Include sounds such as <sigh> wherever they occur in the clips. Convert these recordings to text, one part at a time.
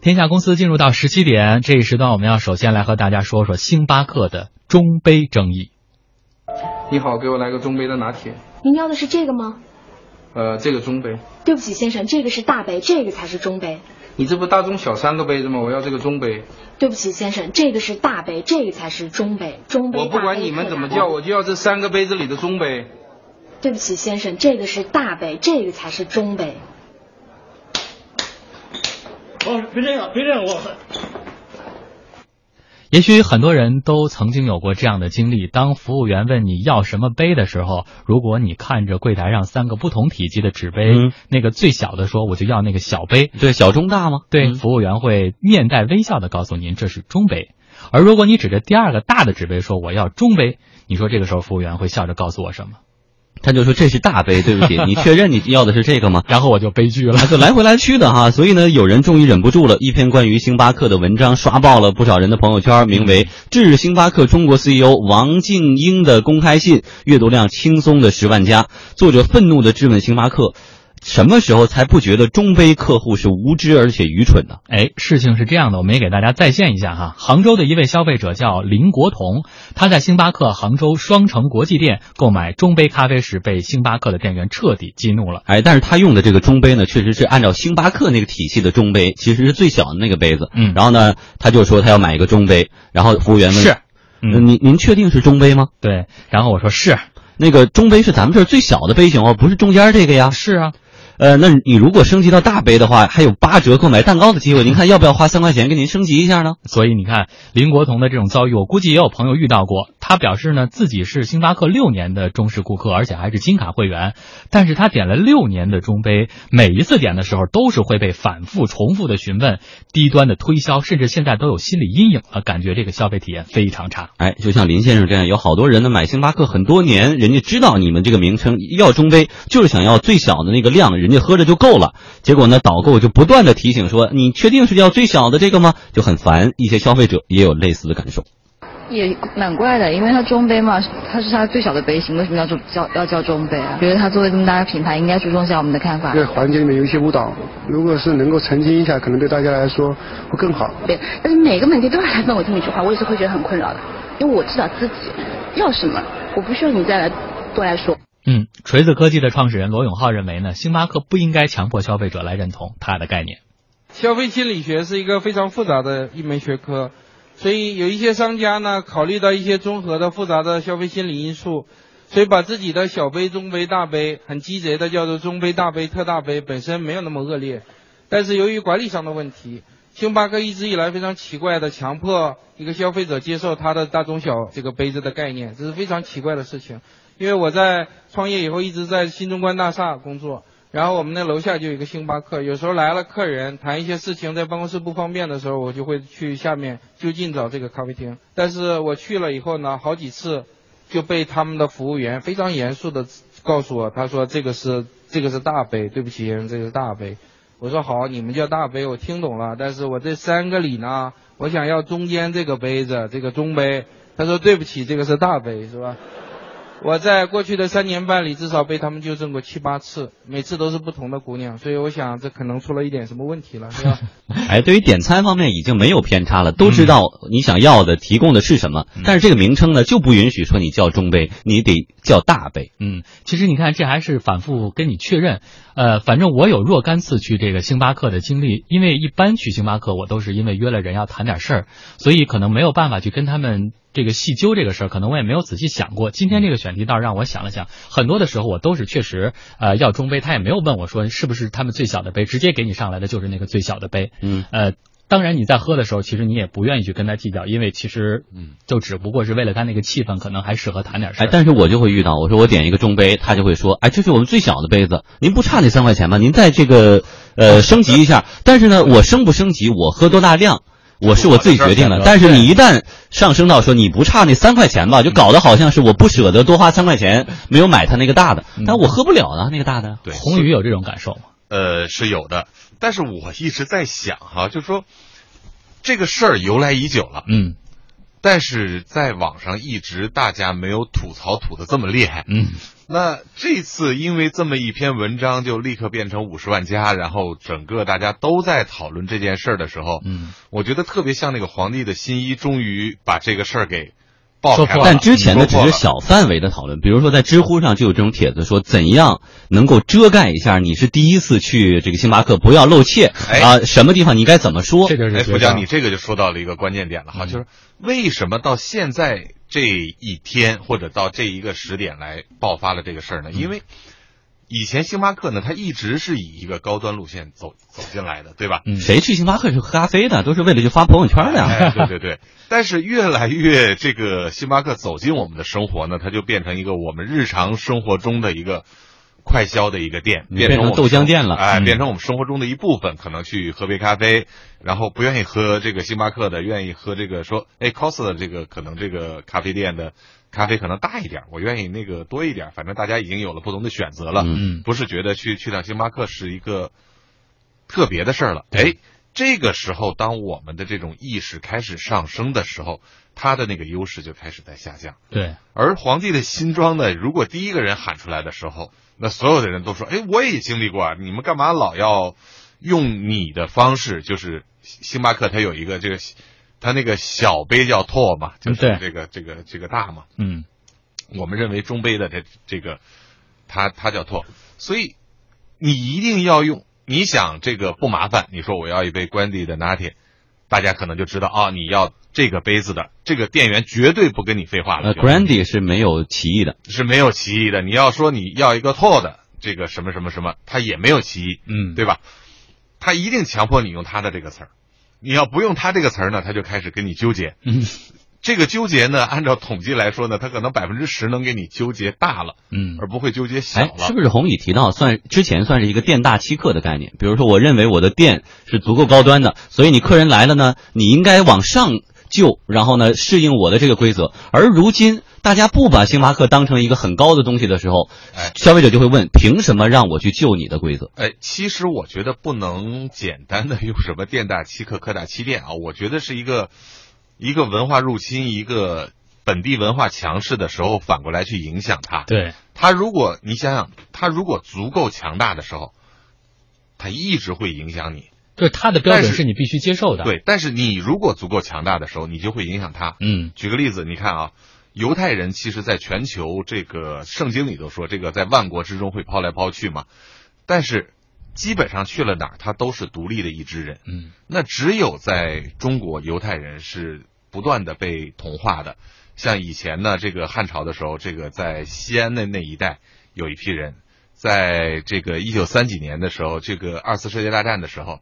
天下公司进入到十七点这一时段，我们要首先来和大家说说星巴克的中杯争议。你好，给我来个中杯的拿铁。您要的是这个吗？呃，这个中杯。对不起，先生，这个是大杯，这个才是中杯。你这不大中小三个杯子吗？我要这个中杯。对不起，先生，这个是大杯，这个才是中杯。中杯。我不管你们怎么叫，我就要这三个杯子里的中杯。对不起，先生，这个是大杯，这个才是中杯。哦，别这样，别这样，我。也许很多人都曾经有过这样的经历：当服务员问你要什么杯的时候，如果你看着柜台上三个不同体积的纸杯，嗯那个最小的说我就要那个小杯，对，小中大吗？对，嗯服务员会面带微笑的告诉您这是中杯。而如果你指着第二个大的纸杯说我要中杯，你说这个时候服务员会笑着告诉我什么？他就说这是大杯，对不起，你确认你要的是这个吗？然后我就悲剧了啊，。就来回来去的哈，所以呢，有人终于忍不住了，一篇关于星巴克的文章刷爆了不少人的朋友圈，名为《致星巴克中国 CEO 王静英的公开信》，阅读量轻松的十万加。作者愤怒地质问星巴克，什么时候才不觉得中杯客户是无知而且愚蠢呢？哎，事情是这样的，我们也给大家再现一下哈。杭州的一位消费者叫林国彤，他在星巴克杭州双城国际店购买中杯咖啡时，被星巴克的店员彻底激怒了。哎，但是他用的这个中杯呢，确实是按照星巴克那个体系的中杯，其实是最小的那个杯子。嗯然后呢，他就说他要买一个中杯，然后服务员问：是，呃嗯，您您确定是中杯吗？对。然后我说是那个中杯是咱们这儿最小的杯型哦，不是中间这个呀。是啊，呃，那你如果升级到大杯的话，还有八折购买蛋糕的机会，您看要不要花三块钱给您升级一下呢？所以你看林国彤的这种遭遇，我估计也有朋友遇到过。他表示呢，自己是星巴克六年的忠实顾客，而且还是金卡会员，但是他点了六年的中杯，每一次点的时候都是会被反复、重复的询问，低端的推销，甚至现在都有心理阴影了，感觉这个消费体验非常差。哎，就像林先生这样，有好多人呢买星巴克很多年，人家知道你们这个名称要中杯，就是想要最小的那个量，人家喝着就够了。结果呢，导购就不断的提醒说，你确定是要最小的这个吗？就很烦，一些消费者也有类似的感受。也蛮怪的，因为它中杯嘛，它是它最小的杯型，为什么要中叫要叫中杯啊？觉得它作为这么大的品牌，应该注重一下我们的看法这。个环境里面有一些误导，如果是能够澄清一下，可能对大家来说会更好。对，但是每个门店都要来问我这么一句话，我也是会觉得很困扰的，因为我知道自己要什么，我不需要你再来多来说。嗯，锤子科技的创始人罗永浩认为呢，星巴克不应该强迫消费者来认同他的概念。消费心理学是一个非常复杂的一门学科，所以有一些商家呢，考虑到一些综合的复杂的消费心理因素，所以把自己的小杯、中杯、大杯很鸡贼的叫做中杯、大杯、特大杯，本身没有那么恶劣，但是由于管理上的问题，星巴克一直以来非常奇怪的强迫一个消费者接受它的大中小这个杯子的概念，这是非常奇怪的事情。因为我在创业以后一直在新中关大厦工作，然后我们那楼下就有一个星巴克，有时候来了客人谈一些事情，在办公室不方便的时候，我就会去下面就近找这个咖啡厅。但是我去了以后呢，好几次就被他们的服务员非常严肃的告诉我，他说这个是这个是大杯，对不起先生，这个是大杯。我说好，你们叫大杯，我听懂了。但是我这三个里呢，我想要中间这个杯子，这个中杯。他说对不起，这个是大杯，是吧？我在过去的三年半里，至少被他们纠正过七八次，每次都是不同的姑娘，所以我想这可能出了一点什么问题了，是吧？哎，对于点餐方面已经没有偏差了，都知道你想要的、提供的是什么，但是这个名称呢就不允许说你叫中杯，你得叫大杯。嗯，其实你看，这还是反复跟你确认。呃，反正我有若干次去这个星巴克的经历，因为一般去星巴克，我都是因为约了人要谈点事儿，所以可能没有办法去跟他们这个细究这个事儿，可能我也没有仔细想过。今天这个选题倒是让我想了想，很多的时候我都是确实呃要中杯，他也没有问我说是不是他们最小的杯，直接给你上来的就是那个最小的杯。嗯，呃。当然，你在喝的时候，其实你也不愿意去跟他计较，因为其实，嗯，就只不过是为了他那个气氛，可能还适合谈点事儿。哎，但是我就会遇到，我说我点一个中杯，他就会说，哎，这是我们最小的杯子，您不差那三块钱吗？您再这个呃升级一下。但是呢，我升不升级，我喝多大量，我是我自己决定的。但是你一旦上升到说你不差那三块钱吧，就搞得好像是我不舍得多花三块钱，没有买他那个大的，但我喝不了啊那个大的。对，红宇有这种感受吗？呃是有的，但是我一直在想哈、就说这个事儿由来已久了，嗯但是在网上一直大家没有吐槽吐的这么厉害。嗯，那这次因为这么一篇文章就立刻变成五十万加，然后整个大家都在讨论这件事儿的时候，嗯，我觉得特别像那个皇帝的新衣，终于把这个事儿给爆说开破了。了但之前呢，只说破是了小范围的讨论，比如说在知乎上就有这种帖子说，怎样能够遮盖一下你是第一次去这个星巴克，不要露怯哎啊，什么地方你该怎么说 <laughs> 这？就是哎，学福校江，你这个就说到了一个关键点了哈，嗯就是为什么到现在这一天或者到这一个时点来爆发了这个事儿嗯呢？因为以前星巴克呢，它一直是以一个高端路线走走进来的，对吧？嗯谁去星巴克是喝咖啡的，都是为了去发朋友圈的呀。哎，对对对， <laughs> 但是越来越这个星巴克走进我们的生活呢，它就变成一个我们日常生活中的一个快消的一个店，嗯变变成成我们豆浆店了哎，嗯变成我们生活中的一部分。可能去喝杯咖啡，然后不愿意喝这个星巴克的，愿意喝这个说，哎，Costa 的这个可能这个咖啡店的咖啡可能大一点，我愿意那个多一点，反正大家已经有了不同的选择了。嗯不是觉得去去趟星巴克是一个特别的事儿了。哎，这个时候，当我们的这种意识开始上升的时候，它的那个优势就开始在下降。对，而皇帝的新装呢，如果第一个人喊出来的时候，那所有的人都说：“哎，我也经历过，啊，你们干嘛老要用你的方式？”就是星巴克它有一个这个，它那个小杯叫 tall 嘛，就对是这个这个这个大嘛。嗯，我们认为中杯的这这个，它它叫拓，所以你一定要用。你想这个不麻烦，你说我要一杯关帝的拿铁，大家可能就知道啊、你要这个杯子的，这个店员绝对不跟你废话了。呃就，Grandy 是没有歧义的，是没有歧义的。你要说你要一个拓的这个什么什么什么，它也没有歧义，嗯对吧？他一定强迫你用他的这个词儿，你要不用他这个词儿呢，他就开始跟你纠结。嗯这个纠结呢，按照统计来说呢，他可能百分之十能给你纠结大了。嗯而不会纠结小哎了，。是不是红宇提到算之前算是一个店大欺客的概念？比如说，我认为我的店是足够高端的，所以你客人来了呢，你应该往上就，然后呢适应我的这个规则。而如今大家不把星巴克当成一个很高的东西的时候，哎消费者就会问：凭什么让我去救你的规则？哎，其实我觉得不能简单的用什么店大欺客、客大欺店啊，我觉得是一个一个文化入侵，一个本地文化强势的时候，反过来去影响它。对，它如果你想想，它如果足够强大的时候，它一直会影响你。就是他的标准但是是你必须接受的。，对，但是你如果足够强大的时候，你就会影响它。嗯举个例子，你看啊，犹太人其实在全球这个圣经里头说，这个在万国之中会抛来抛去嘛，但是基本上去了哪儿，他都是独立的一支人。嗯那只有在中国，犹太人是不断的被同化的。像以前呢，这个汉朝的时候，这个在西安的那一带有一批人，在这个一九三几年的时候，这个二次世界大战的时候，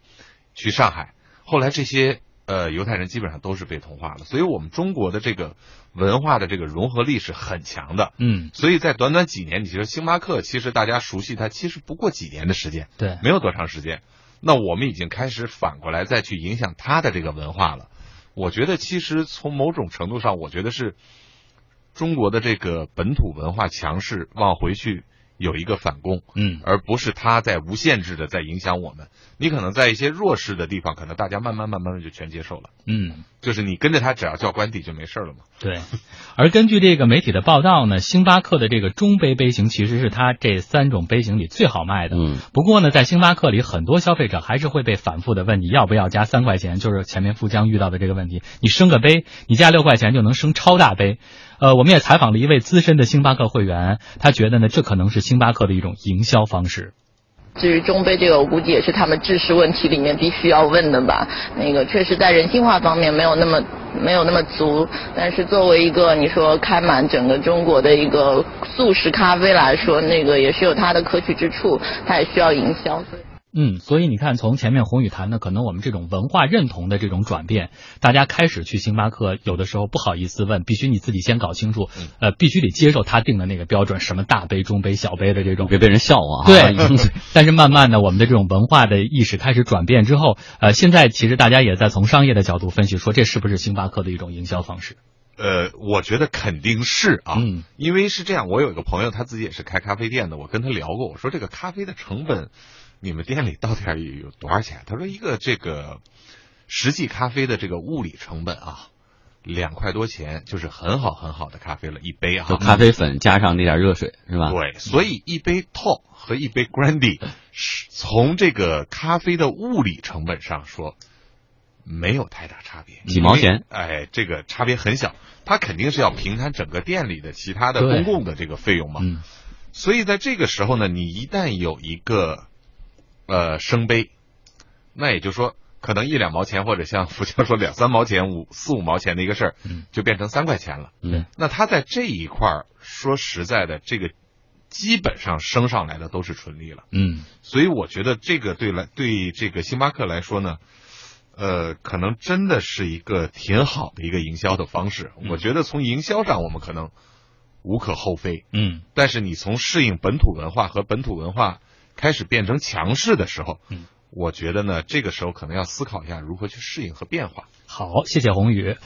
去上海，后来这些呃犹太人基本上都是被同化了。所以，我们中国的这个文化的这个融合力是很强的。嗯，所以在短短几年，你其实星巴克其实大家熟悉它，其实不过几年的时间。对，没有多长时间。那我们已经开始反过来再去影响他的这个文化了。我觉得其实从某种程度上，我觉得是中国的这个本土文化强势往回去有一个反攻，嗯而不是他在无限制的在影响我们。你可能在一些弱势的地方，可能大家慢慢慢慢的就全接受了，嗯。就是你跟着他只要叫官邸就没事儿了嘛。对， <laughs> 而根据这个媒体的报道呢，星巴克的这个中杯杯型其实是它这三种杯型里最好卖的。嗯，不过呢，在星巴克里，很多消费者还是会被反复的问你要不要加三块钱，就是前面富江遇到的这个问题。你升个杯，你加六块钱就能升超大杯。呃，我们也采访了一位资深的星巴克会员，他觉得呢，这可能是星巴克的一种营销方式。至于中杯这个，我估计也是他们制式问题里面必须要问的吧。那个确实在人性化方面没有那么没有那么足，但是作为一个你说开满整个中国的一个速食咖啡来说，那个也是有它的可取之处，它也需要营销。嗯，所以你看，从前面红宇谈的，可能我们这种文化认同的这种转变，大家开始去星巴克，有的时候不好意思问，必须你自己先搞清楚，呃，必须得接受他定的那个标准，什么大杯、中杯、小杯的这种别被人笑话啊！对， <laughs> 但是慢慢的，我们的这种文化的意识开始转变之后，呃，现在其实大家也在从商业的角度分析，说这是不是星巴克的一种营销方式？呃，我觉得肯定是啊，嗯因为是这样，我有一个朋友，他自己也是开咖啡店的，我跟他聊过，我说这个咖啡的成本，你们店里到底有多少钱？他说一个这个实际咖啡的这个物理成本啊，两块多钱就是很好很好的咖啡了，一杯啊哈就。咖啡粉加上那点热水是吧？对，所以一杯 tall 和一 <laughs> 杯 grandy 是从这个咖啡的物理成本上说，没有太大差别，几毛钱因为。哎，这个差别很小，它肯定是要平摊整个店里的其他的对公共的这个费用嘛。嗯，所以在这个时候呢，你一旦有一个呃生杯，那也就是说，可能一两毛钱或者像福强说两三毛钱、五四五毛钱的一个事儿嗯，就变成三块钱了。嗯，那他在这一块儿，说实在的，这个基本上升上来的都是纯利了。嗯，所以我觉得这个对来对这个星巴克来说呢，呃，可能真的是一个挺好的一个营销的方式。我觉得从营销上我们可能无可厚非，嗯，但是你从适应本土文化和本土文化开始变成强势的时候，嗯，我觉得呢，这个时候可能要思考一下如何去适应和变化。好，谢谢宏宇。